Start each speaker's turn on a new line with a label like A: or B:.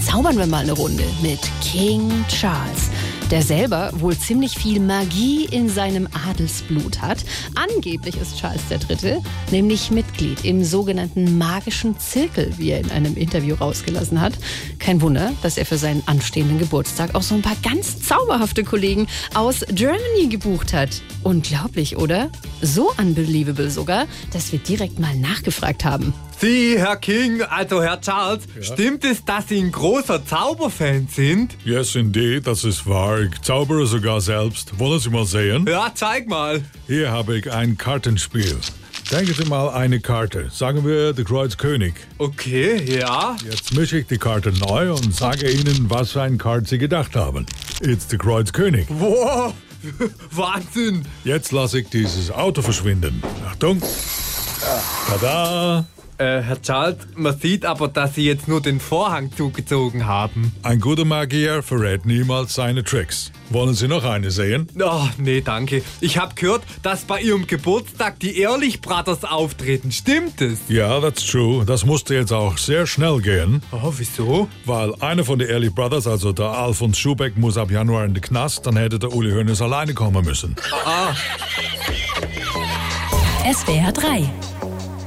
A: zaubern wir mal eine Runde mit King Charles, der selber wohl ziemlich viel Magie in seinem Adelsblut hat. Angeblich ist Charles III. nämlich Mitglied im sogenannten magischen Zirkel, wie er in einem Interview rausgelassen hat. Kein Wunder, dass er für seinen anstehenden Geburtstag auch so ein paar ganz zauberhafte Kollegen aus Germany gebucht hat. Unglaublich, oder? So unbelievable sogar, dass wir direkt mal nachgefragt haben.
B: Sie, Herr King, also Herr Charles, stimmt es, dass Sie ein großer Zauberfan sind?
C: Yes, indeed, das ist wahr. Ich zaubere sogar selbst. Wollen Sie mal sehen?
B: Ja, zeig mal.
C: Hier habe ich ein Kartenspiel. Denken Sie mal eine Karte. Sagen wir der Kreuz König.
B: Okay, ja.
C: Jetzt mische ich die Karte neu und sage Ihnen, was für ein Kart Sie gedacht haben. It's der Kreuz König.
B: Wow, Wahnsinn.
C: Jetzt lasse ich dieses Auto verschwinden. Achtung. Tada!
B: Äh, Herr Charles, man sieht aber, dass Sie jetzt nur den Vorhang zugezogen haben.
C: Ein guter Magier verrät niemals seine Tricks. Wollen Sie noch eine sehen?
B: Oh, nee, danke. Ich habe gehört, dass bei Ihrem Geburtstag die Ehrlich Brothers auftreten. Stimmt es?
C: Ja, that's true. Das musste jetzt auch sehr schnell gehen.
B: Oh, wieso?
C: Weil einer von den Ehrlich Brothers, also der Alfons Schubeck, muss ab Januar in den Knast, dann hätte der Uli Hoeneß alleine kommen müssen.
A: SWR 3